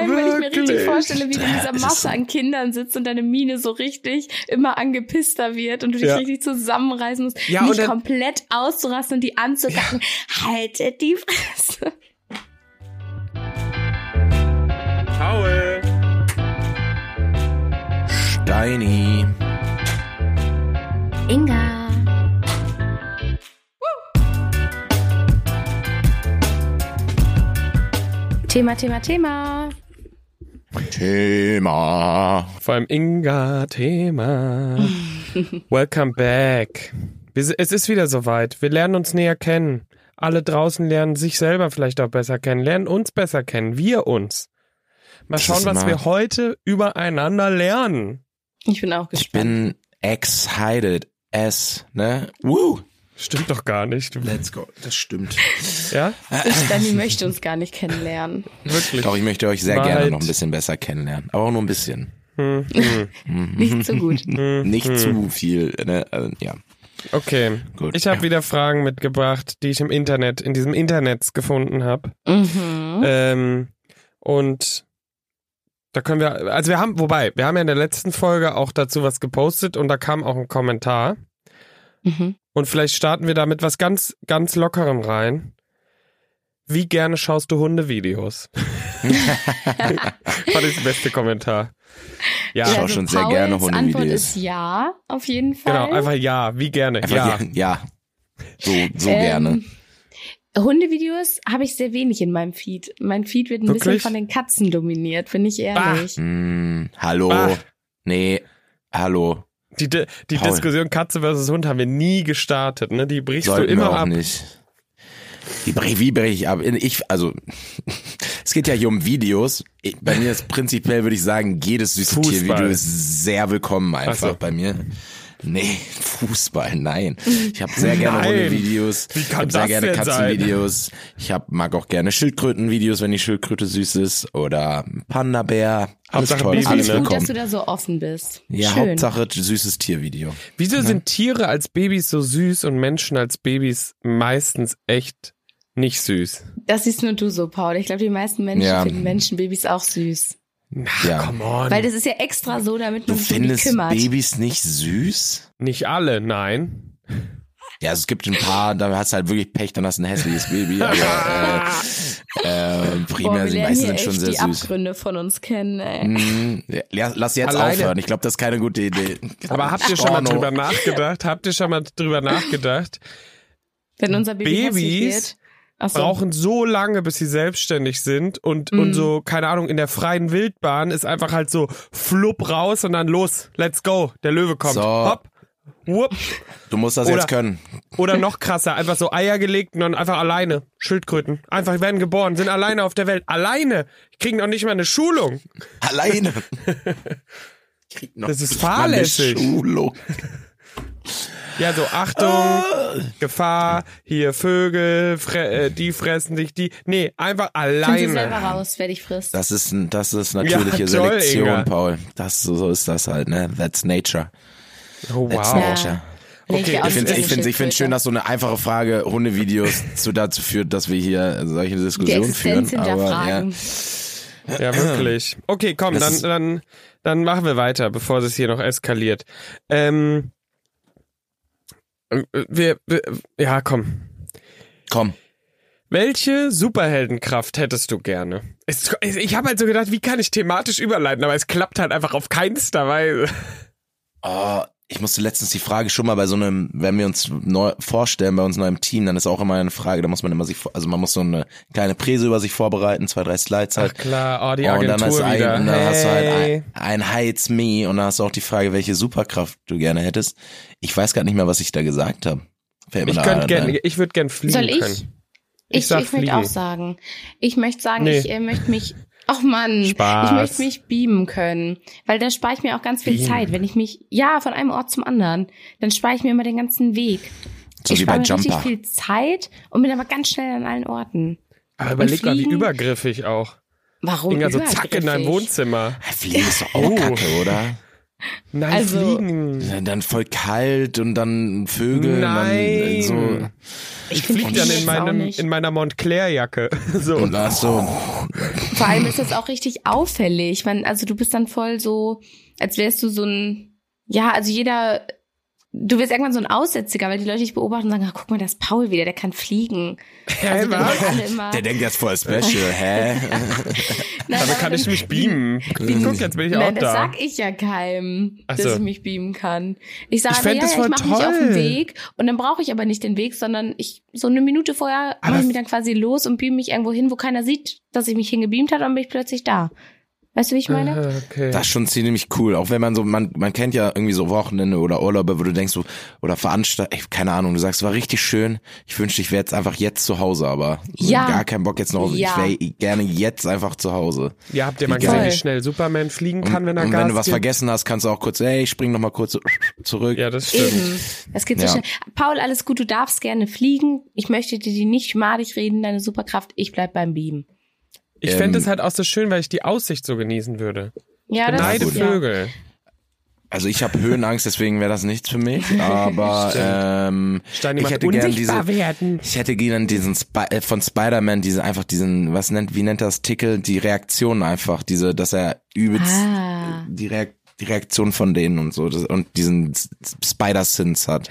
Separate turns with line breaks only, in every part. allem, weil ich mir richtig
Wirklich?
vorstelle, wie du in dieser
Es ist
Masse an Kindern sitzt und deine Miene so richtig immer angepisster wird und du dich
Ja.
richtig zusammenreißen musst,
Ja, und
nicht
dann-
komplett auszurasten und die anzugacken. Haltet die Fresse.
Paul. Steini.
Inga. Thema, Thema, Thema.
Thema.
Vor allem Inga, Thema. Welcome back. Wir, s- es ist wieder soweit. Wir lernen uns näher kennen. Alle draußen lernen sich selber vielleicht auch besser kennen, lernen uns besser kennen, wir uns. Mal
Das
schauen,
ist
was
smart.
wir heute übereinander lernen.
Ich bin auch
Ich
gespannt.
bin excited as, ne? Woo!
Stimmt doch gar nicht.
Let's go. Das stimmt.
Ja,
Äh,
Ich, Dani möchte uns gar nicht kennenlernen.
wirklich.
Doch, ich möchte euch sehr gerne
Wahrheit.
noch ein bisschen besser kennenlernen. Aber auch nur ein bisschen. Mhm.
Hm, hm,
Nicht so gut.
hm,
Nicht
hm.
zu viel, ne? Also, ja.
Okay.
Gut.
Ich habe wieder Fragen mitgebracht, die ich im Internet, in diesem Internet gefunden habe.
Mhm.
Ähm, und da können wir, also wir haben, wobei, wir haben ja in der letzten Folge auch dazu was gepostet und da kam auch ein Kommentar.
Mhm.
Und vielleicht starten wir da mit was ganz, ganz Lockerem rein. Wie gerne schaust du Hundevideos? War das beste Kommentar. Ja,
schaue schon sehr gerne
Also Pauls
Hundevideos.
Antwort ist ja, auf jeden Fall.
genau, einfach ja, wie gerne,
Einfach
ja.
ja. ja. So, so
Ähm,
gerne.
Hundevideos habe ich sehr wenig in meinem Feed. Mein Feed wird ein bisschen
Wirklich?
von den Katzen dominiert, bin ich ehrlich.
Mm, hallo.
Ah.
Nee, hallo.
Die, Di- die
Paul.
Diskussion Katze versus Hund haben wir nie gestartet, ne? Die brichst
Sollten
du immer
wir auch
ab.
nicht. Wie brech, wie brech ich ab? Ich, also, es geht ja hier um Videos. Ich- Bei mir ist prinzipiell, würde ich sagen, jedes süße
Fußball.
Tiervideo ist sehr willkommen einfach
Ach so.
bei mir. Nee, Fußball, nein. Ich habe sehr gerne
Nein.
Hundevideos.
Wie kann
ich hab sehr
das
gerne
denn sein?
Katzenvideos. Ich hab, mag auch gerne Schildkrötenvideos, wenn die Schildkröte süß ist. Oder Panda-Bär. Alles
Hauptsache
toll,
Baby,
alles
ne?
Gut, dass
willkommen.
du da so offen bist.
Ja,
Schön.
Hauptsache süßes Tiervideo.
Wieso sind Tiere als Babys so süß und Menschen als Babys meistens echt nicht süß?
Das siehst nur du so, Paul. Ich glaube, die meisten Menschen
Ja.
finden Menschenbabys auch süß.
Na,
Ja.
come on.
Weil das ist ja extra so, damit
Du
man sich um die
findest
kümmert.
Babys nicht süß?
nicht alle, nein.
Ja, also es gibt ein paar, da hast du halt wirklich Pech, dann hast du ein hässliches Baby. Aber, äh, äh,
Boah,
primär,
wir
die
lernen
meisten
hier
sind schon
echt
sehr
die
süß.
Abgründe von uns kennen. Ey.
Mm, ja, Lass jetzt
Alleine.
aufhören. Ich glaube, das ist keine gute Idee.
Aber habt ihr schon mal
Storno.
drüber nachgedacht? Habt ihr schon mal drüber nachgedacht?
Wenn unser Baby
Babys
hässlich wird. Ach so. Mm.
Brauchen so lange, bis sie selbstständig sind und, und so, keine Ahnung, in der freien Wildbahn ist einfach halt so flupp raus und dann los, let's go, der Löwe kommt.
So.
Hopp, whoop.
Du musst das
Oder-
jetzt können.
Oder noch krasser, einfach so Eier gelegt und dann einfach alleine. Schildkröten. Einfach werden geboren, sind alleine auf der Welt. Alleine. Kriegen auch nicht mal eine Schulung.
Alleine. Ich krieg noch
Das ist
nicht mal eine
fahrlässig.
Schulung.
Ja, so Achtung, Gefahr, hier Vögel, fre äh, die fressen dich, die. Nee, einfach
Find sie selber
alleine.
raus, wer dich frisst.
Das ist, ein- das ist natürliche
Ja, toll,
Selektion,
Inga.
Paul. Das, so so ist das halt, ne? That's nature.
Oh,
That's
wow.
nature.
Nee,
Okay,
will auch
Ich
nicht
finde es ich
wissen,
find's, ich find's schön,
Schildkröte.
dass so eine einfache Frage Hundevideos zu, dazu führt, dass wir hier solche Diskussionen
Existenz
führen. Aber, ja.
hinterfragen.
Ja, wirklich. Okay, komm,
Das
dann,
ist-
dann, dann machen wir weiter, bevor es hier noch eskaliert. Ähm, äh, wir, wir, ja, komm.
Komm,
Welche Superheldenkraft hättest du gerne? Es, ich habe halt so gedacht, wie kann ich thematisch überleiten, aber es klappt halt einfach auf keinster Weise.
oh, ich musste letztens die Frage schon mal bei so einem, wenn wir uns neu vorstellen, bei uns neu im Team, dann ist auch immer eine Frage, da muss man immer sich, vor- also man muss so eine kleine Präse über sich vorbereiten, zwei, drei Slides halt.
klar, oh, die
und dann, hast du, ein, und dann hast du halt
Hey.
ein, ein Hi, it's me und dann hast du auch die Frage, welche Superkraft du gerne hättest. Ich weiß gar nicht mehr, was ich da gesagt habe. Fällt mir
Ich
da
könnte
gerade ein. ne?
gern, ich würde gern fliegen
Soll ich?
können.
Ich,
sag
ich möchte
fliegen.
auch sagen. Ich möchte sagen,
Nee.
ich äh, möchte mich. Ach Mann,
Spaß.
ich möchte mich beamen können. Weil dann spare ich mir auch ganz viel
Beamen.
Zeit. Wenn ich mich, ja, von einem Ort zum anderen, dann spare ich mir immer den ganzen Weg.
So
ich
wie
spare
bei
mir richtig
Jumper.
viel Zeit und bin aber ganz schnell an allen Orten.
Aber überleg mal, wie
fliegen-
übergriffig auch.
Warum?
Inga, so zack in deinem
übergriffig?
Wohnzimmer.
Fliegen ist doch auch
Oh.
kacke, oder?
Nein,
Also-
fliegen.
Dann dann voll kalt und dann Vögel.
Nein.
Und dann äh,
Ich
Ich fliege
finde
dann
Fliegen
in,
jetzt auch
meinem,
nicht.
in meiner Montclair-Jacke. So.
so. Und ach so.
Vor allem ist das auch richtig auffällig. Ich meine, also du bist dann voll so, als wärst du so ein, ja, also jeder, du wirst irgendwann so ein Aussätziger, weil die Leute dich beobachten und sagen, ach, guck mal, das ist Paul wieder, der kann fliegen. Also dann sind alle immer,
Der denkt, das ist voll special. Hä?
Nein,
Damit
aber
kann
dann-
ich mich beamen. Guck, jetzt bin ich auch
Nein, das
da.
sag ich ja keinem,
Ach so.
dass ich mich beamen kann. Ich sage, ich,
Ich
ja,
fänd
ja,
das
ich
voll
mache mich auf
toll.
den Weg und dann brauche ich aber nicht den Weg, sondern ich so eine Minute vorher
Aber
mache ich mich dann quasi los und beame mich irgendwo hin, wo keiner sieht, dass ich mich hingebeamt hat und dann bin ich plötzlich da. Weißt du, wie ich meine?
Ah, okay.
Das ist schon ziemlich cool. Auch wenn man so, man, man kennt ja irgendwie so Wochenende oder Urlaube, wo du denkst, so, oder Veranstaltungen, keine Ahnung, du sagst, war richtig schön. Ich wünschte, ich wäre jetzt einfach jetzt zu Hause, aber so
Ja.
gar keinen Bock jetzt noch.
Ja.
Ich wäre gerne jetzt einfach zu Hause.
ja, habt ihr mal
Wie
gesehen,
geil.
wie schnell Superman fliegen
Und,
kann, wenn er
und
Gas
wenn du was
gibt?
vergessen hast, kannst du auch kurz, ey, ich spring noch mal kurz so zurück.
Ja, das stimmt.
Eben. Das geht so
Ja.
schnell. Paul, alles gut, du darfst gerne fliegen. Ich möchte dir die nicht madig reden, deine Superkraft. Ich bleib beim Beamen.
Ich
Ähm,
fände es halt auch so schön, weil ich die Aussicht so genießen würde.
Ja, das
Beneide
ist, ja.
Vögel.
Also ich habe Höhenangst, deswegen wäre das nichts für mich. Aber
Stimmt.
ähm,
Stein
ich
jemand
hätte gern
unsichtbar
diese.
werden.
Ich hätte gern diesen Spi- äh, von Spider-Man diese einfach diesen was nennt wie nennt das Tickle die Reaktion einfach diese dass er übelst
Ah.
die, Reak die Reaktion von denen und so das, und diesen S- S- Spider-Sense hat.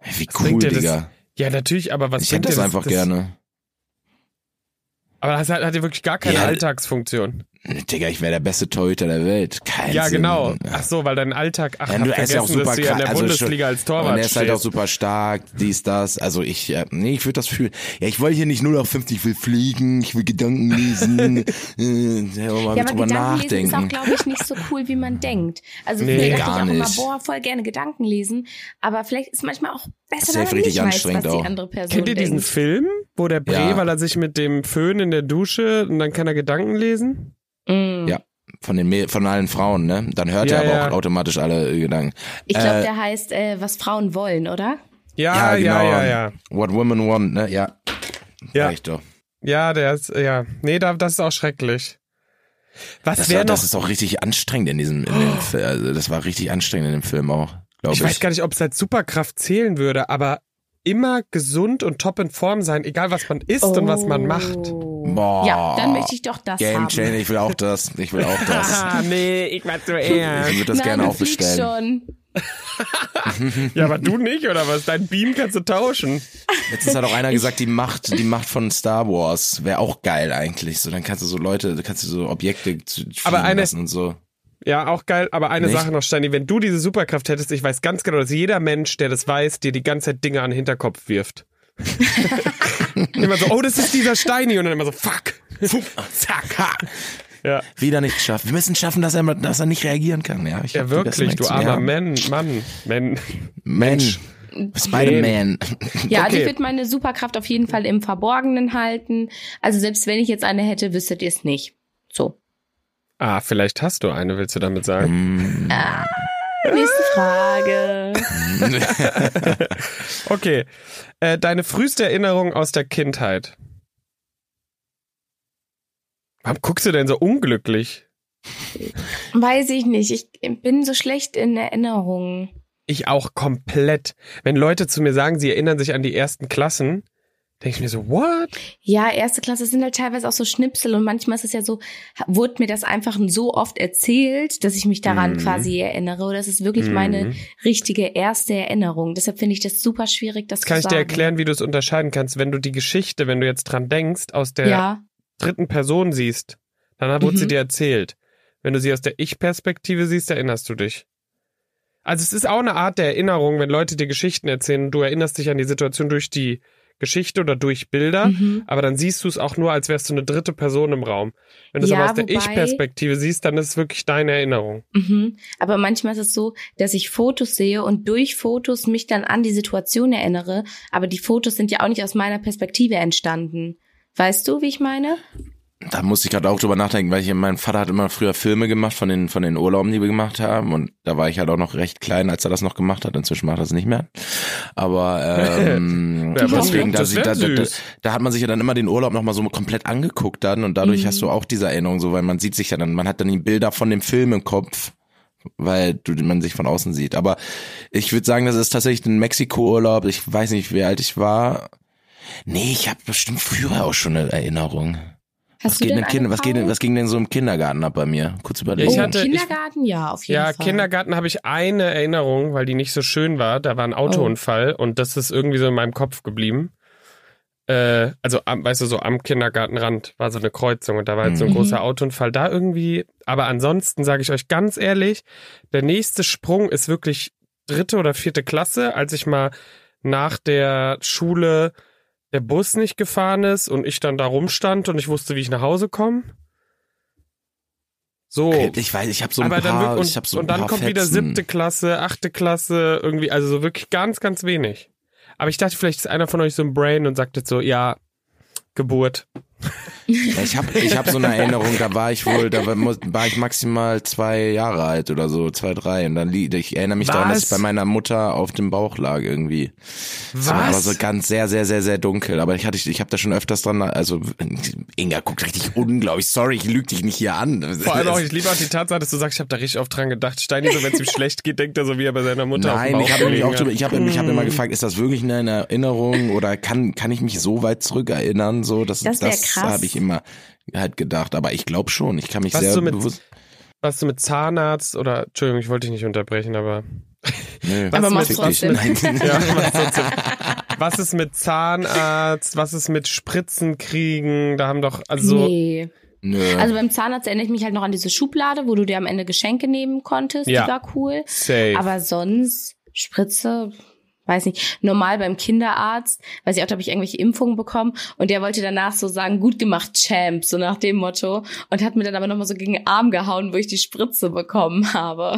Ey, Wie cool,
bringt dir das?
Digga.
Ja, natürlich, aber was
Ich
bringt
hätte das
dir
einfach gerne.
Aber das hat, hat ja wirklich gar keine
Ja.
Alltagsfunktion.
Digga, ich wäre der beste Torhüter der Welt. Kein
Ja,
Sinn.
genau. Ach so, weil dein Alltag, ach,
Ja,
hab
du, er ist
vergessen,
ja auch super
dass du ja in
krass,
der
also schon-
Bundesliga als Torwart
Und er ist halt auch
stehst.
super stark, dies, das. Also ich, äh, nee, ich würde das fühlen. Ja, ich will hier nicht 0 auf 50, ich will fliegen, ich will Gedanken lesen, äh, ja, mal
Ja, aber Gedankenlesen
drüber
ist auch,
nachdenken.
glaube ich, nicht so cool, wie man denkt. Also
Nee,
nee, dachte ich
gar
auch immer,
nicht.
boah, voll gerne Gedanken lesen, aber vielleicht ist manchmal auch besser,
Safe
wenn man
richtig
nicht weiß, was
anstrengend
die
auch.
andere Person
Kennt ihr diesen
denkt.
Film, wo der Bre,
Ja.
weil er sich mit dem Föhn in der Dusche und dann kann er Gedanken lesen?
Mm.
Ja. Von den, Me- von allen Frauen, ne? Dann hört
Ja,
er aber
ja.
auch automatisch alle äh, Gedanken.
Ich glaube,
Äh,
der heißt, äh, was Frauen wollen, oder?
Ja, ja,
genau.
ja, ja. Ja,
What women want, ne? Ja.
Ja.
Reicht doch.
der ist, ja. Nee, da, das ist auch schrecklich. Was
Das,
wäre
war,
noch,
das ist auch richtig anstrengend in diesem, in dem, Fi- also das war richtig anstrengend in dem Film auch, glaube
ich
ich.
weiß gar nicht, ob es als Superkraft zählen würde, aber immer gesund und top in Form sein, egal was man isst und was man macht.
Boah.
Boah.
Oh. Ja, dann möchte ich doch das
Game
haben.
Changer, ich will auch das, ich will auch das.
Ah, nee, ich war zu
Ich würde das
Nein,
gerne
du
auch
fliegst
bestellen.
Schon.
Ja, aber du nicht, oder was? Dein Beam kannst du tauschen.
Letztens hat halt auch einer gesagt, die Macht, die Macht von Star Wars wäre auch geil eigentlich. So, dann kannst du so Leute, dann kannst du so Objekte zu- fliegen
Aber eine-
lassen und so.
Ja, auch geil. Aber eine
Nicht?
Sache noch, Steini, wenn du diese Superkraft hättest, ich weiß ganz genau, dass jeder Mensch, der das weiß, dir die ganze Zeit Dinge an den Hinterkopf wirft. immer so, oh, das ist dieser Steini. Und dann immer so, fuck.
Fuh, Zack, ha.
Ja,
Wieder nicht geschafft. Wir müssen schaffen, dass er, dass er nicht reagieren kann. Ja, ich
ja
hab die
wirklich,
besten
du
Hacks,
armer
ja.
Mann, Mann, Mann.
Mensch. Spider-Man.
Ja, also
Okay.
ich würde meine Superkraft auf jeden Fall im Verborgenen halten. Also selbst wenn ich jetzt eine hätte, wüsstet ihr es nicht. So.
Ah, vielleicht hast du eine, willst du damit sagen?
Nächste Frage.
Okay. Äh, deine früheste Erinnerung aus der Kindheit. Warum guckst du denn so unglücklich?
Weiß ich nicht. Ich bin so schlecht in Erinnerungen.
Ich auch komplett. Wenn Leute zu mir sagen, sie erinnern sich an die ersten Klassen, denke ich mir so, what?
Ja, erste Klasse sind halt teilweise auch so Schnipsel und manchmal ist es ja so, ha- wurde mir das einfach so oft erzählt, dass ich mich daran
Mhm.
quasi erinnere. Oder das ist wirklich meine
Mhm.
richtige erste Erinnerung. Deshalb finde ich das super schwierig, das
Das kann
zu
ich dir
sagen.
erklären, wie du es unterscheiden kannst, wenn du die Geschichte, wenn du jetzt dran denkst, aus der
Ja,
dritten Person siehst. Dann wurde sie
Mhm.
dir erzählt. Wenn du sie aus der Ich-Perspektive siehst, erinnerst du dich. Also es ist auch eine Art der Erinnerung, wenn Leute dir Geschichten erzählen und du erinnerst dich an die Situation durch die Geschichte oder durch Bilder,
Mhm.
aber dann siehst du es auch nur, als wärst du eine dritte Person im Raum. Wenn du es
Ja,
aber aus der
wobei-
Ich-Perspektive siehst, dann ist es wirklich deine Erinnerung.
mhm. aber manchmal ist es so, dass ich Fotos sehe und durch Fotos mich dann an die Situation erinnere. Aber die Fotos sind ja auch nicht aus meiner Perspektive entstanden. Weißt du, wie ich meine?
Da musste ich gerade auch drüber nachdenken, weil ich, mein Vater hat immer früher Filme gemacht von den, von den Urlauben, die wir gemacht haben. Und da war ich halt auch noch recht klein, als er das noch gemacht hat. Inzwischen macht er es nicht mehr. Aber ähm,
Ja,
aber
deswegen, da,
das wär
da, da, da,
süß.
da hat man sich ja dann immer den Urlaub nochmal so komplett angeguckt dann. Und dadurch
Mhm.
hast du auch diese Erinnerung so, weil man sieht sich ja dann, man hat dann die Bilder von dem Film im Kopf weil du, man sich von außen sieht. Aber ich würde sagen, das ist tatsächlich ein Mexiko-Urlaub. Ich weiß nicht, wie alt ich war. Nee, ich habe bestimmt früher auch schon eine Erinnerung.
Hast
was,
du
geht
denn
denn Kinder,
eine
was, geht denn,
Paul?
was ging denn so im Kindergarten ab bei mir? Kurz überlegen.
Ich
oh,
hatte- ich-
Kindergarten? ja, auf jeden
Ja,
Fall.
Kindergarten habe ich eine Erinnerung, weil die nicht so schön war. Da war ein Autounfall
Oh.
und das ist irgendwie so in meinem Kopf geblieben. Äh, also, am, weißt du, so am Kindergartenrand war so eine Kreuzung und da war halt so ein
Mhm.
großer Autounfall. Da irgendwie, aber ansonsten sage ich euch ganz ehrlich, der nächste Sprung ist wirklich dritte oder vierte Klasse, als ich mal nach der Schule der Bus nicht gefahren ist und ich dann da rumstand und ich wusste, wie ich nach Hause komme. So
Oh, Ich weiß, ich habe so ein
aber
paar,
dann wirklich,
ich
und,
hab so
und
ein
dann
paar
kommt wieder
Fetzen.
siebte Klasse, achte Klasse, irgendwie, also so wirklich ganz, ganz wenig. Aber ich dachte, vielleicht ist einer von euch so ein Brain und sagt jetzt so, ja, Geburt.
Ja, ich habe ich hab so eine Erinnerung, da war ich wohl, da war, muss- war ich maximal zwei Jahre alt oder so, zwei, drei. Und dann liegt, ich erinnere mich daran, dass ich bei
Was?
meiner Mutter auf dem Bauch lag irgendwie. So, Aber so ganz sehr, sehr, sehr, sehr dunkel. Aber ich hatte, ich habe da schon öfters dran, also Inga guckt richtig unglaublich. Sorry, ich lüge dich nicht hier an.
Vor allem auch, ich liebe auch die Tatsache, dass du sagst, ich habe da richtig oft dran gedacht. Steini, so wenn es ihm schlecht geht, denkt er so, wie er bei seiner Mutter
Nein,
auf dem Bauch
ich habe mich
gelegen
auch,
hat. Hm.
drüber- ich habe ich hab immer gefragt, ist das wirklich eine Erinnerung oder kann kann ich mich so weit zurückerinnern, so dass
Das wär krass.
habe ich immer halt gedacht, aber ich glaube schon, ich kann mich
Was
sehr
so mit-
bewusst.
Warst du mit Zahnarzt oder, Entschuldigung, ich wollte dich nicht unterbrechen, aber...
Nö,
Aber
Was
mach's
mit-
trotzdem.
Nein.
Ja, was, trotzdem. was ist mit Zahnarzt? Was ist mit Spritzen kriegen? Da haben doch, also...
nee.
Nö.
Also beim Zahnarzt erinnere ich mich halt noch an diese Schublade, wo du dir am Ende Geschenke nehmen konntest.
Ja.
Die war cool.
Safe.
Aber sonst Spritze, weiß nicht. Normal beim Kinderarzt, weiß ich auch, da habe ich irgendwelche Impfungen bekommen und der wollte danach so sagen, gut gemacht, Champ, so nach dem Motto. Und hat mir dann aber nochmal so gegen den Arm gehauen, wo ich die Spritze bekommen habe.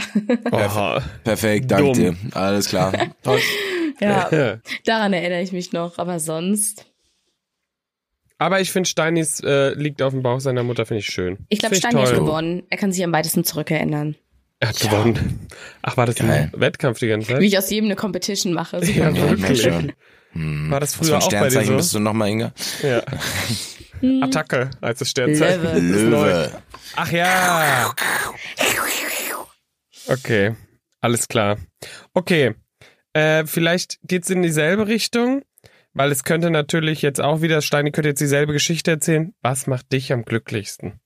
Oha.
Perfekt, danke
Dumm.
dir. Alles klar. Toll.
Ja, daran erinnere ich mich noch. Aber sonst,
Aber ich finde, Steinis äh, liegt auf dem Bauch seiner Mutter, finde ich schön.
ich glaube,
Find
Steini hat
toll.
gewonnen. Er kann sich am weitesten zurückerinnern.
Er hat gewonnen. Ach, war das
Geil.
ein Wettkampf die ganze
Wie
Zeit?
ich aus jedem eine Competition mache.
Ja,
Super.
wirklich.
Mensch,
War das
Was für
früher
ein
auch bei
Sternzeichen
dir
bist
so?
du nochmal, Inga?
Ja.
Hm.
Attacke als das Sternzeichen.
Löwe.
Das ist neu. Ach ja. Okay, alles klar. Okay, äh, vielleicht geht's in dieselbe Richtung, weil es könnte natürlich jetzt auch wieder, Steini könnte jetzt dieselbe Geschichte erzählen. Was macht dich am glücklichsten?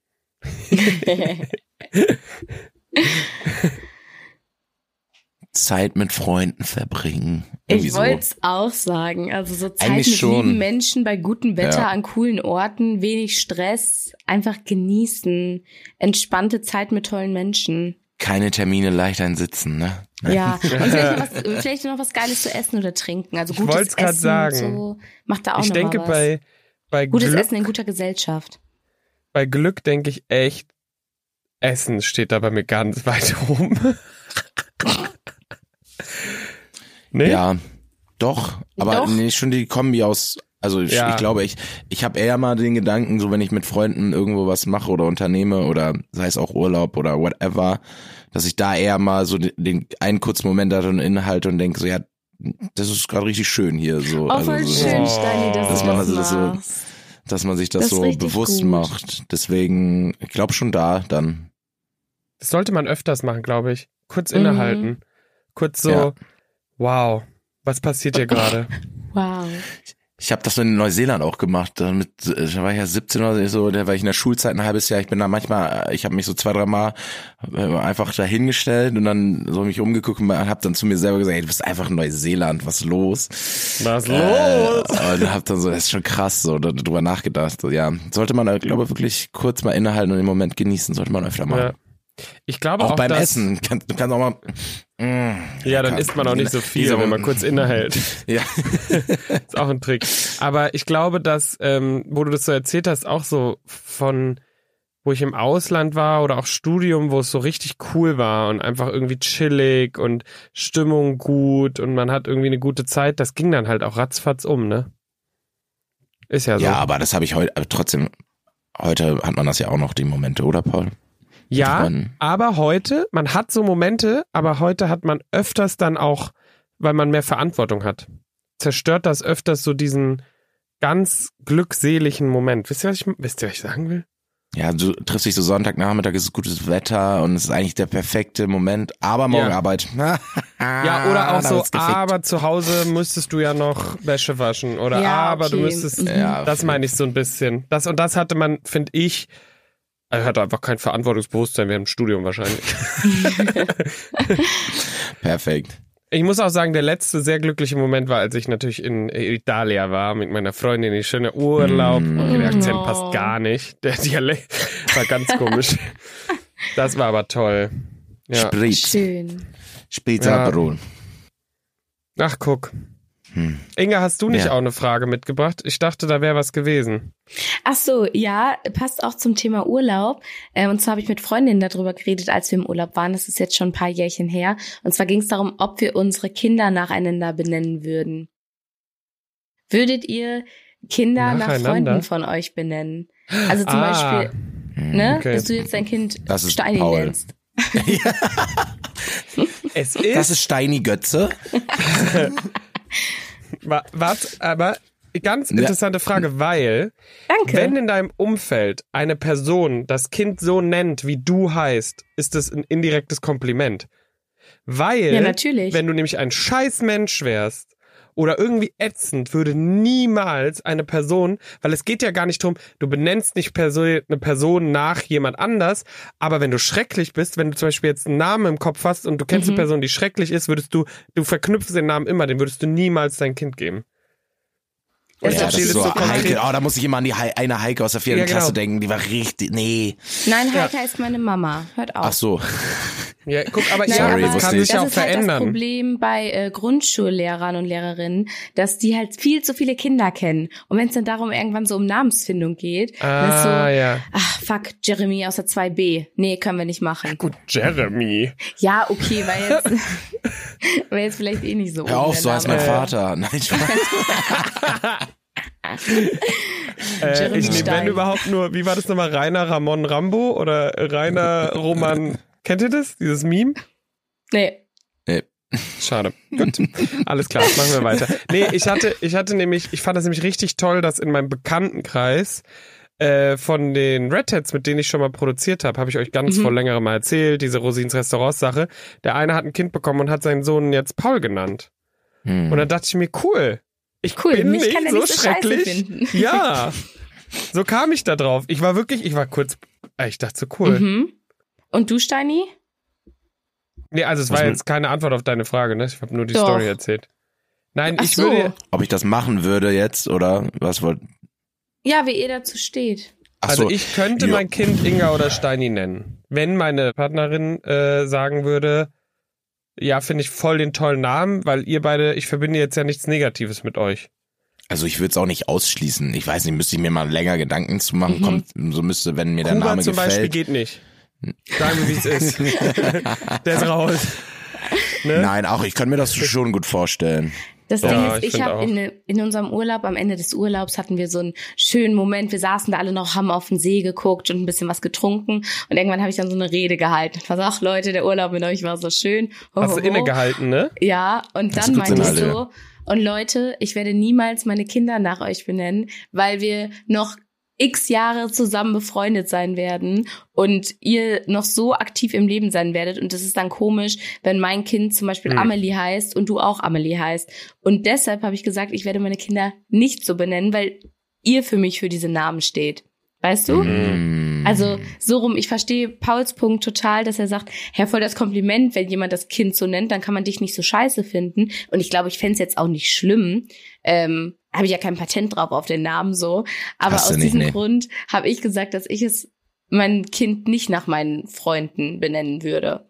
Zeit mit Freunden verbringen. Irgendwie
Ich
so.
wollte es auch sagen. Also so Zeit
Eigentlich
mit
schon.
lieben Menschen bei gutem Wetter
Ja.
an coolen Orten, wenig Stress, einfach genießen, entspannte Zeit mit tollen Menschen.
Keine Termine leicht einsitzen, ne?
Ja, und vielleicht noch, was, vielleicht noch was Geiles zu essen oder trinken. Also
Ich
gutes
wollt's grad
Essen
sagen.
so macht da auch
ich
noch
denke,
mal was.
bei, bei
gutes
Glück
Essen in guter Gesellschaft.
bei Glück denke ich echt, Essen steht da bei mir ganz weit oben. nee?
Ja, doch. Aber
Doch.
Nee, schon die Kombi aus. Also ich,
Ja.
ich glaube, ich, ich habe eher mal den Gedanken, so wenn ich mit Freunden irgendwo was mache oder unternehme oder sei es auch Urlaub oder whatever, dass ich da eher mal so den, den einen kurzen Moment darin inhalte und denke so, ja, das ist gerade richtig schön hier. So.
Oh, voll
also, so,
schön,
Oh,
Steini, dass
dass
du
man
das
also das so-
machst.
Dass man sich das,
Das ist
so
richtig
bewusst
gut.
macht. Deswegen, ich glaube schon da dann.
Das sollte man öfters machen, glaube ich. Kurz
Mhm.
innehalten. Kurz so,
Ja.
wow, was passiert hier gerade?
Wow.
Ich habe das in Neuseeland auch gemacht. Da, mit, da war ich ja 17 oder so, da war ich in der Schulzeit ein halbes Jahr. Ich bin da manchmal, äh, ich habe mich so zwei, drei Mal äh, einfach dahingestellt und dann so mich umgeguckt und habe dann zu mir selber gesagt, ey, du bist einfach in Neuseeland, was ist los?
Was los?
Äh, und habe dann so, das ist schon krass, so da- drüber nachgedacht. So, ja, sollte man, äh, glaube ich, wirklich kurz mal innehalten und den Moment genießen, sollte man öfter
Ja.
machen.
Ich glaube
Auch,
auch,
beim
dass,
Essen, Kann- du kannst auch mal. Mm,
Ja, dann
kann-
isst man auch nicht so viel,
Diese-
wenn man kurz innehält.
Ja.
Ist auch ein Trick. Aber ich glaube, dass, ähm, wo du das so erzählt hast, auch so von, wo ich im Ausland war oder auch Studium, wo es so richtig cool war und einfach irgendwie chillig und Stimmung gut und man hat irgendwie eine gute Zeit, das ging dann halt auch ratzfatz um, ne? Ist ja so.
Ja, aber das habe ich heute, aber trotzdem, heute hat man das ja auch noch, die Momente, oder Paul?
Ja,
Freunden.
aber heute, man hat so Momente, aber heute hat man öfters dann auch, weil man mehr Verantwortung hat, zerstört das öfters so diesen ganz glückseligen Moment. Wisst ihr, was ich, wisst ihr, was ich sagen will?
Ja, du triffst dich so Sonntagnachmittag, es ist gutes Wetter und es ist eigentlich der perfekte Moment. Aber morgen
Ja.
Arbeit.
Ja, oder auch
Ah, Da
so,
wird's gefickt.
aber zu Hause müsstest du ja noch Wäsche waschen oder
Ja,
aber du
okay.
müsstest,
Mhm.
Ja,
das meine ich so ein bisschen. Das und das hatte man, finde ich, er hatte einfach kein Verantwortungsbewusstsein während dem Studium wahrscheinlich.
Perfekt.
Ich muss auch sagen, der letzte sehr glückliche Moment war, als ich natürlich in Italia war mit meiner Freundin, die schöne Urlaub.
Mm.
Okay, der Akzent
Oh.
passt gar nicht. Der Dialekt war ganz komisch. Das war aber toll. Ja.
Sprit.
Schön.
Spritzabron.
Ach, guck.
Hm.
Inga, hast du nicht
Ja.
auch eine Frage mitgebracht? Ich dachte, da wäre was gewesen.
Ach so, ja, passt auch zum Thema Urlaub. Ähm, und zwar habe ich mit Freundinnen darüber geredet, als wir im Urlaub waren. Das ist jetzt schon ein paar Jährchen her. Und zwar ging es darum, ob wir unsere Kinder nacheinander benennen würden. Würdet ihr Kinder nach
Nacheinander?
Freunden von euch benennen? Also zum
Ah.
Beispiel, ne,
okay.
dass du jetzt dein Kind
Das ist
Steini
Paul.
nennst.
Es
Das
ist,
ist Steini Götze.
wa- was, aber ganz interessante Frage, weil
Danke.
wenn in deinem Umfeld eine Person das Kind so nennt, wie du heißt, ist es ein indirektes Kompliment. Weil,
Ja, natürlich.
wenn du nämlich ein scheiß Mensch wärst oder irgendwie ätzend, würde niemals eine Person, weil es geht ja gar nicht drum, du benennst nicht Perso eine Person nach jemand anders, aber wenn du schrecklich bist, wenn du zum Beispiel jetzt einen Namen im Kopf hast und du
Mhm.
kennst eine Person, die schrecklich ist, würdest du, du verknüpfst den Namen immer, den würdest du niemals dein Kind geben.
Das ist
Ich
ja,
doch
das
verstehe
ist so
konkret.
Heike. Oh, da muss ich immer an die Hei- eine Heike aus der vierten
Ja, genau.
Klasse denken. Die war richtig. Nee.
Nein, Heike ist meine Mama. Hört auf.
Ah.
Ach so.
Ja, guck, aber
Nein,
ja,
Sorry,
aber
das
wusste
kann
ich.
sich ja auch
das ist halt das
verändern.
Problem bei äh, Grundschullehrern und Lehrerinnen, dass die halt viel zu viele Kinder kennen. Und wenn es dann darum irgendwann so um Namensfindung geht, dann ist so,
ah, ja.
ach fuck, Jeremy aus der 2b. Nee, können wir nicht machen.
Gut, Jeremy.
Ja, okay, weil jetzt, weil jetzt vielleicht eh nicht so.
Hör auf,
der
so heißt
Name.
mein Vater. Nein, ich
Äh,
Jeremy
ich nehme, wenn
Stein.
überhaupt nur, wie war das nochmal, Rainer Ramon Rambo oder Rainer Roman, kennt ihr das, dieses Meme?
Nee.
nee.
Schade. Gut. Alles klar, machen wir weiter. Nee, ich hatte, ich hatte nämlich, ich fand das nämlich richtig toll, dass in meinem Bekanntenkreis äh, von den Red Hats, mit denen ich schon mal produziert habe, habe ich euch
Mhm.
ganz vor längerem mal erzählt, diese Rosins Restaurants Sache. Der eine hat ein Kind bekommen und hat seinen Sohn jetzt Paul genannt.
Hm.
Und dann dachte ich mir, cool, ich
Mhm. Cool,
bin
mich
nicht
kann der
so
nicht so scheiße
schrecklich.
finden.
ja. So kam ich da drauf. Ich war wirklich, ich war kurz, äh, ich dachte so cool.
Mhm. Und du, Steini?
Nee, also es
Was
war
mit-
jetzt keine Antwort auf deine Frage, ne? Ich habe nur die
Doch.
Story erzählt. Nein,
Ach
ich
so.
würde,
Ob ich das machen würde jetzt oder was wollt.
Ja, wie ihr dazu steht.
Ach
Also
so.
ich könnte
Ja.
mein Kind Inga oder Steini nennen. Wenn meine Partnerin äh, sagen würde, ja, finde ich voll den tollen Namen, weil ihr beide, ich verbinde jetzt ja nichts Negatives mit euch.
Also ich würde es auch nicht ausschließen. Ich weiß nicht, müsste ich mir mal länger Gedanken zu machen.
Mhm.
Kommt, so müsste, wenn mir der
Kuba
Name
zum Beispiel
gefällt.
geht nicht. Sagen wir, wie es ist. Der ist raus. Ne?
Nein, auch ich kann mir das schon gut vorstellen.
Das
Ja,
Ding
ich
ist, ich,
find auch.
habe in, ne, in unserem Urlaub, am Ende des Urlaubs hatten wir so einen schönen Moment. Wir saßen da alle noch, haben auf den See geguckt und ein bisschen was getrunken. Und irgendwann habe ich dann so eine Rede gehalten. Ich war so, ach Leute, der Urlaub mit euch war so schön. Ho,
Hast du
ho, ho.
innegehalten, ne?
Ja, und
Hast
dann
du gut
meinte ich
signalisiert.
so, und Leute, ich werde niemals meine Kinder nach euch benennen, weil wir noch x Jahre zusammen befreundet sein werden und ihr noch so aktiv im Leben sein werdet. Und das ist dann komisch, wenn mein Kind zum Beispiel
Mhm.
Amelie heißt und du auch Amelie heißt. Und deshalb habe ich gesagt, ich werde meine Kinder nicht so benennen, weil ihr für mich für diese Namen steht. Weißt du?
Mhm.
Also so rum, ich verstehe Pauls Punkt total, dass er sagt, Herr, voll das Kompliment, wenn jemand das Kind so nennt, dann kann man dich nicht so scheiße finden. Und ich glaube, ich fänd's jetzt auch nicht schlimm. Ähm, habe ich ja kein Patent drauf auf den Namen so. Aber
Hast du
aus
nicht,
diesem
nee.
Grund habe ich gesagt, dass ich es mein Kind nicht nach meinen Freunden benennen würde.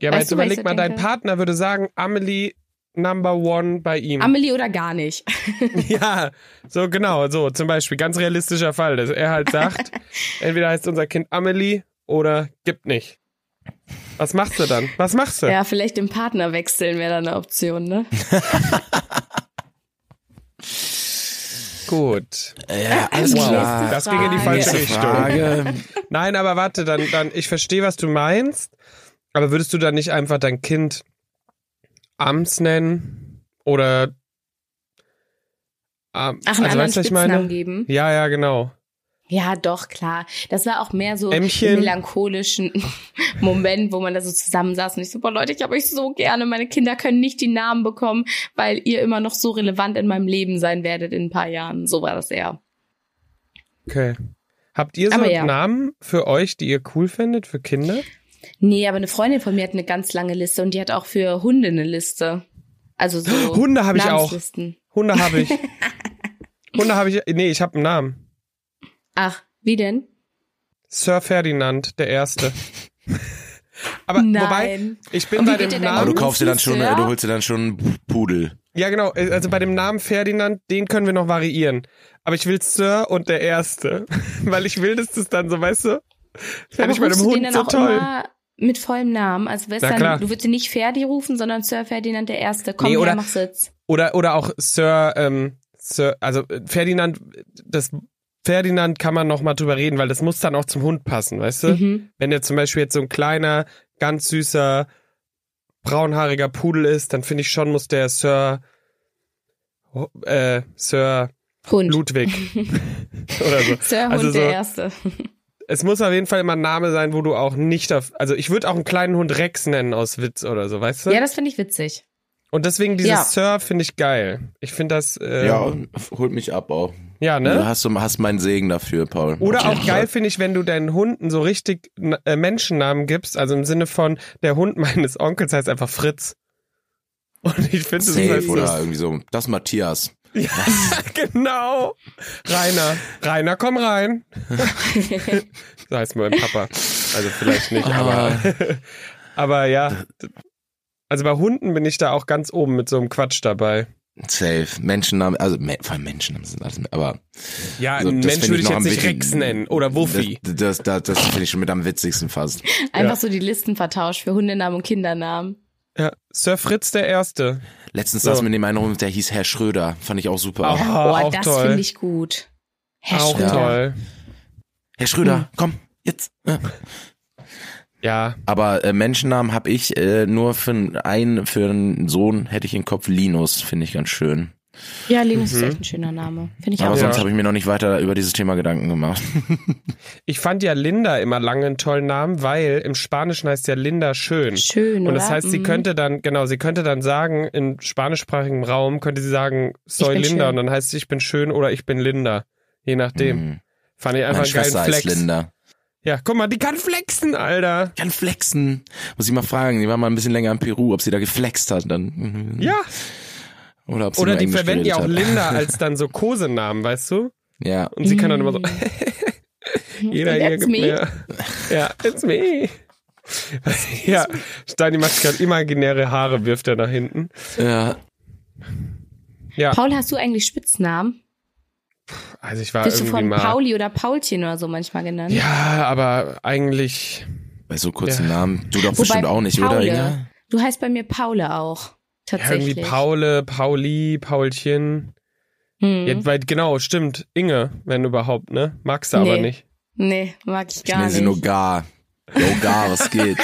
Ja, aber
Weißt
jetzt
du, weil ich
überleg
so
mal, dein
denke-
Partner würde sagen, Amelie Number One bei ihm.
Amelie oder gar nicht.
Ja, so genau, so zum Beispiel, ganz realistischer Fall, dass er halt sagt, entweder heißt unser Kind Amelie oder gibt nicht. Was machst du dann? Was machst du?
Ja, vielleicht den Partner wechseln wäre dann eine Option, ne?
Gut.
ja, alles
äh, Wow.
klar.
Das ging in die
Frage.
falsche
Nächste
Richtung.
Frage.
Nein, aber warte, dann, dann, ich verstehe, was du meinst, aber würdest du dann nicht einfach dein Kind Ams nennen? Oder Am-
Ach, einen anderen
Also weißt du, was ich
Spitznamen
meine?
geben.
Ja, ja, genau.
Ja, doch, klar. Das war auch mehr so
Ämmchen.
ein melancholischen Moment, wo man da so zusammensaß und ich so, boah Leute, ich habe euch so gerne, meine Kinder können nicht die Namen bekommen, weil ihr immer noch so relevant in meinem Leben sein werdet in ein paar Jahren. So war das eher.
Okay. Habt ihr so
Aber ja.
Namen für euch, die ihr cool findet, für Kinder?
Nee, aber eine Freundin von mir hat eine ganz lange Liste und die hat auch für Hunde eine Liste. Also so
Hunde habe ich auch.
Namenslisten.
Hunde habe ich. Hunde habe ich. Nee, ich habe einen Namen.
Ach, wie denn?
Sir Ferdinand, der Erste. Aber wobei,
Nein.
ich bin
Und wie
bei
geht
dem
der denn
Aber du
um?
Namen.
kaufst dir dann schon,
Friseur?
du holst dir dann schon einen Pudel.
Ja, genau. Also bei dem Namen Ferdinand, den können wir noch variieren. Aber ich will Sir und der Erste. Weil ich will, dass das dann so, weißt du? Fände ich bei dem
rufst du
Hund
den
so
dann auch
toll.
immer mit vollem Namen? Also weißt
Na
dann,
klar.
du würdest ihn nicht Ferdi rufen, sondern Sir Ferdinand der Erste. Komm,
Nee,
nee,
oder-
her, mach's jetzt.
Oder, oder auch Sir, ähm, Sir, also äh, Ferdinand, das Ferdinand kann man noch mal drüber reden, weil das muss dann auch zum Hund passen, weißt du?
Mhm.
Wenn der zum Beispiel jetzt so ein kleiner, ganz süßer, braunhaariger Pudel ist, dann finde ich schon, muss der Sir, oh, äh, Sir
Hund.
Ludwig oder so.
Sir Hund
Also so-
der Erste.
Es muss auf jeden Fall immer ein Name sein, wo du auch nicht auf, also ich würde auch einen kleinen Hund Rex nennen aus Witz oder so, weißt du?
Ja, das finde ich witzig.
Und deswegen dieses
Ja.
Sir finde ich geil. Ich finde das, äh,
Ja,
ja,
und holt mich ab auch.
ne?
Du hast, hast meinen Segen dafür, Paul.
Oder auch geil finde ich, wenn du deinen Hunden so richtig n- äh, Menschennamen gibst, also im Sinne von, der Hund meines Onkels heißt einfach Fritz. Und ich finde das ist
Safe
halt
oder
so.
irgendwie so. Das Matthias.
Ja, genau. Rainer. Rainer, komm rein. So heißt mein Papa. Also vielleicht nicht,
Ah.
aber, aber ja. Also bei Hunden bin ich da auch ganz oben mit so einem Quatsch dabei.
Safe. Menschennamen, also me- vor allem Menschennamen sind alles, aber.
Ja,
so,
einen
Also das
Mensch
finde
würde ich
noch
jetzt
am
nicht
witzigen-
Rex nennen oder Wuffi.
Das, das, das, das finde ich schon mit am witzigsten fast.
Einfach
Ja.
so die Listen vertauscht für Hundenamen und Kindernamen.
Ja, Sir Fritz der Erste.
Letztens
So.
saß mir neben einem rum, der hieß Herr Schröder. Fand ich auch super.
Ah,
oh,
auch
das
toll.
finde ich gut. Herr
auch
Schröder.
toll.
Herr Schröder, komm, jetzt. äh, Ja.
Ja,
Aber äh, Menschennamen habe ich äh, nur für n- einen, für einen Sohn hätte ich im Kopf Linus, finde ich ganz schön.
Ja, Linus ist
Mhm.
echt ein schöner Name. Finde ich
Aber
auch.
sonst
Ja.
habe ich mir noch nicht weiter über dieses Thema Gedanken gemacht.
ich fand ja Linda immer lange einen tollen Namen, weil im Spanischen heißt ja Linda schön.
Schön,
Und
oder?
das heißt, sie
Mhm.
könnte dann, genau, sie könnte dann sagen, im spanischsprachigen Raum könnte sie sagen, soy
bin
Linda.
schön.
Und dann heißt es, ich bin schön oder ich bin Linda. Je nachdem.
Mhm.
Fand ich einfach
Meine
einen geilen
Schwester heißt
Flex.
Linda.
Ja, guck mal, die kann flexen, Alter.
Kann flexen. Muss ich mal fragen. Die war mal ein bisschen länger in Peru, ob sie da geflext hat. Dann. mhm.
Ja.
Oder ob sie
Oder
nur
die
Englisch
verwenden ja auch
geredet hat.
Linda als dann so Kosenamen, weißt du?
Ja.
Und sie kann dann immer so, jeder
Mm.
hier
That's
gibt
me.
mir. Ja, it's me. ja, Steini macht gerade imaginäre Haare, wirft er nach hinten.
ja.
Ja,
Paul, hast du eigentlich Spitznamen?
also ich war
Bist du
irgendwie
von
mal.
Pauli oder Paulchen oder so manchmal genannt?
ja, aber eigentlich.
Bei so kurzen Namen. Du doch
Wobei
bestimmt auch nicht, oder?
Paule.
Inga?
Du heißt bei mir Paule auch.
Ja, irgendwie
Tatsächlich.
Paule, Pauli, Paulchen.
Hm.
Ja, weil, genau, stimmt. Inge, wenn überhaupt, ne? Magst du aber
Nee.
nicht.
Nee, mag ich
Ich
gar
nenne sie
nicht.
nur Gar. Yo, Gar, was geht?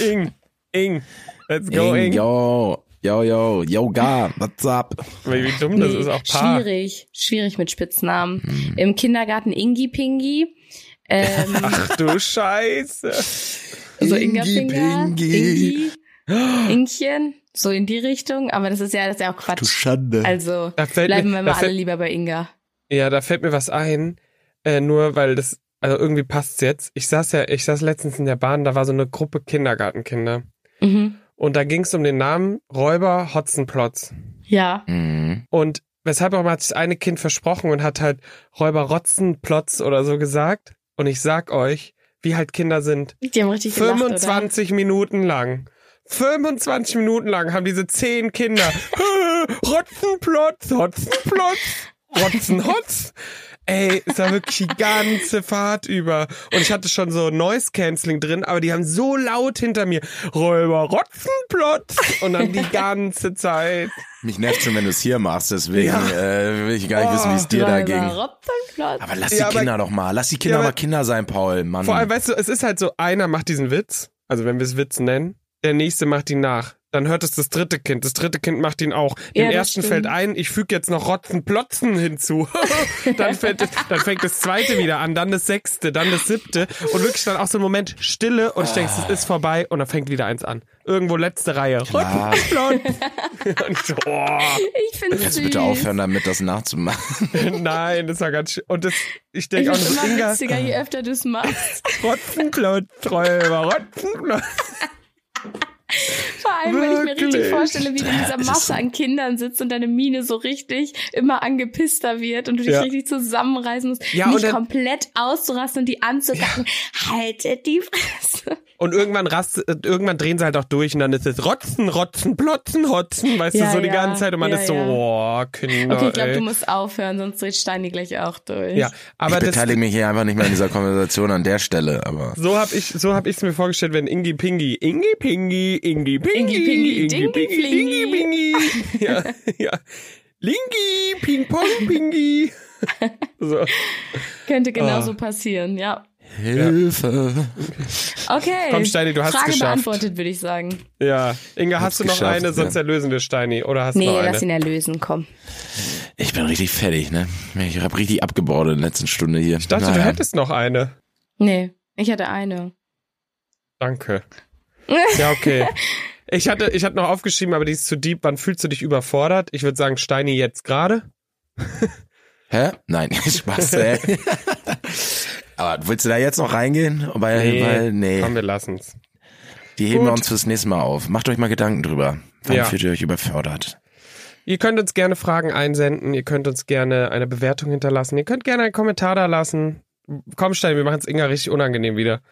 Ing, Ing. Let's go,
Ing,
Ing.
yo. Yo, yo. Yo, Gar. What's up?
Weil Wie dumm das
Nee,
ist, auch Paar.
Schwierig, schwierig mit Spitznamen.
Mhm.
Im Kindergarten Ingi Pingi. Ähm,
Ach du Scheiße.
so Also
Also
Ingerfinger,
Pingi.
Ingi, Ingchen, so in die Richtung. Aber das ist ja, das ist ja auch
Du
Quatsch.
Schande.
Also
Da fällt
bleiben
mir,
wir
da
mal
fällt,
alle lieber bei Inga.
Ja, da fällt mir was ein. Äh, nur weil das, also irgendwie passt's jetzt. Ich saß ja, ich saß letztens in der Bahn, da war so eine Gruppe Kindergartenkinder.
Mhm.
Und da ging's um den Namen Räuber Hotzenplotz.
Ja.
Mhm.
Und weshalb auch immer hat sich das eine Kind versprochen und hat halt Räuber Rotzenplotz oder so gesagt. Und ich sag euch, wie halt Kinder sind.
Die haben richtig gelacht, oder?
25 Minuten lang. 25 Minuten lang haben diese zehn Kinder Rotzenplotz, Hotzenplotz, Rotzenhotz. Ey, es war wirklich die ganze Fahrt über. Und ich hatte schon so Noise Cancelling drin, aber die haben so laut hinter mir Räuber Rotzenplotz. Und dann die ganze Zeit.
Mich nervt schon, wenn du es hier machst, deswegen
Ja. Oh,
äh, will ich gar nicht wissen, wie es dir da
Räuber
ging.
Rotzenplotz.
Aber lass die
Ja, aber-
Kinder doch mal. Lass die Kinder
Ja, aber-
mal Kinder sein, Paul, Mann.
Vor allem, weißt du, es ist halt so, einer macht diesen Witz, also wenn wir es Witz nennen, der nächste macht ihn nach. Dann hört es das dritte Kind. Das dritte Kind macht ihn auch. Dem
Ja, das
ersten
stimmt.
fällt ein, ich füge jetzt noch Rotzen Plotzen hinzu. dann, fällt, es- dann fängt das zweite wieder an, dann das sechste, dann das siebte. Und wirklich dann auch so ein Moment Stille und ich denke, es ist vorbei und dann fängt wieder eins an. Irgendwo letzte Reihe.
Klar.
Rotzen Plotzen. und ich so, oh.
Ich finde
Kannst du bitte aufhören, damit das nachzumachen?
Nein, das war ganz schön. Und das, ich
Ich
denke auch
bin
nur so,
immer
Inga,
witziger, je öfter du es machst.
Rotzenklotz-Träuber, Rotzenklotz.
Vor allem, wenn ich mir richtig
Wirklich?
vorstelle, wie du in dieser Masse an Kindern sitzt und deine Miene so richtig immer angepisster wird und du dich
Ja.
richtig zusammenreißen musst,
Ja, und
nicht
dann-
komplett auszurasten und die anzugacken. Haltet die Fresse.
Und irgendwann rast, äh, irgendwann drehen sie halt auch durch und dann ist es Rotzen, Rotzen, Plotzen, Hotzen, weißt
Ja,
du, so die
ja,
ganze Zeit und man
ja,
ist so,
ja.
oh, Kinder,
Okay, ich glaube,
ey.
du musst aufhören, sonst dreht Steini gleich auch durch.
ja, aber
ich
das,
beteilige mich hier einfach nicht mehr an dieser Konversation an der Stelle, aber.
so habe ich, so habe ich es mir vorgestellt, wenn Ingi Pingi, Ingi Pingi, Ingi
Ingi
Pingi,
Pingi,
Ingi
Dingi
Pingi, Ingi Pingi, ja, ja, Lingi, Ping Pong Pingi, so.
Könnte
Ah.
genauso passieren, ja.
Hilfe!
Okay.
Komm, Steini, du hast
Frage
geschafft.
beantwortet, würde ich sagen.
Ja, Inga, hast
Hab's
du noch
geschafft,
eine, sonst
ja.
erlösen wir Steini. Oder hast
Nee,
du noch
lass
eine?
ihn erlösen, komm.
Ich bin richtig fertig, ne? Ich hab richtig abgebaut in der letzten Stunde hier.
Ich dachte, du hättest noch eine.
Nee, ich hatte eine.
Danke. Ja, okay. Ich hatte, ich hatte noch aufgeschrieben, aber die ist zu deep. Wann fühlst du dich überfordert? Ich würde sagen, Steini jetzt gerade.
Hä? Nein, Spaß, ey. Aber willst du da jetzt noch reingehen? Weil, weil, nee.
Komm, wir lassen's.
Die heben wir
Gut.
uns fürs nächste Mal auf. Macht euch mal Gedanken drüber. Wann
Ja.
fühlt ihr euch überfordert?
Ihr könnt uns gerne Fragen einsenden. Ihr könnt uns gerne eine Bewertung hinterlassen. Ihr könnt gerne einen Kommentar da lassen. Komm, Steini, wir machen's Inga richtig unangenehm wieder.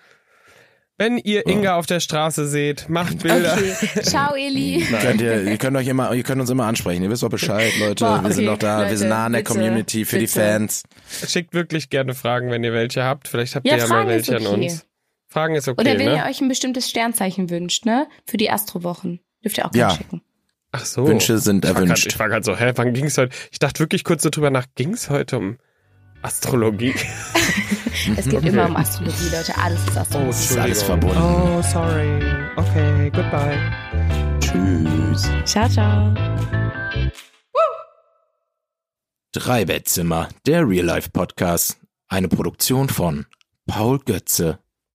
Wenn ihr Inga auf der Straße seht, macht Bilder.
Okay. Ciao, Eli.
Könnt ihr, ihr könnt euch immer, ihr könnt uns immer ansprechen. Ihr wisst doch Bescheid, Leute.
Boah,
wir sind
okay,
noch da. wir
Leute,
sind nah an der
bitte,
Community für die
bitte.
Fans.
Schickt wirklich gerne Fragen, wenn ihr welche habt. Vielleicht habt
Ja,
ihr ja mal
Fragen ist
welche an
okay.
uns. Fragen ist okay,
Oder wenn
ne?
ihr euch ein bestimmtes Sternzeichen wünscht, ne? Für die Astrowochen. Dürft ihr auch
Ja.
gerne schicken.
Ach so.
Wünsche sind
ich war grad-
erwünscht.
Ich war gerade so, hä, wann ging's heute? Ich dachte wirklich kurz so drüber nach, ging's heute um Astrologie?
Es geht immer um Astrologie, Leute. Alles ist Astrologie.
Es ist alles verbunden.
Oh, sorry. Okay, goodbye.
Tschüss.
Ciao, ciao.
Drei Bettzimmer, der Real Life Podcast. Eine Produktion von Paul Götze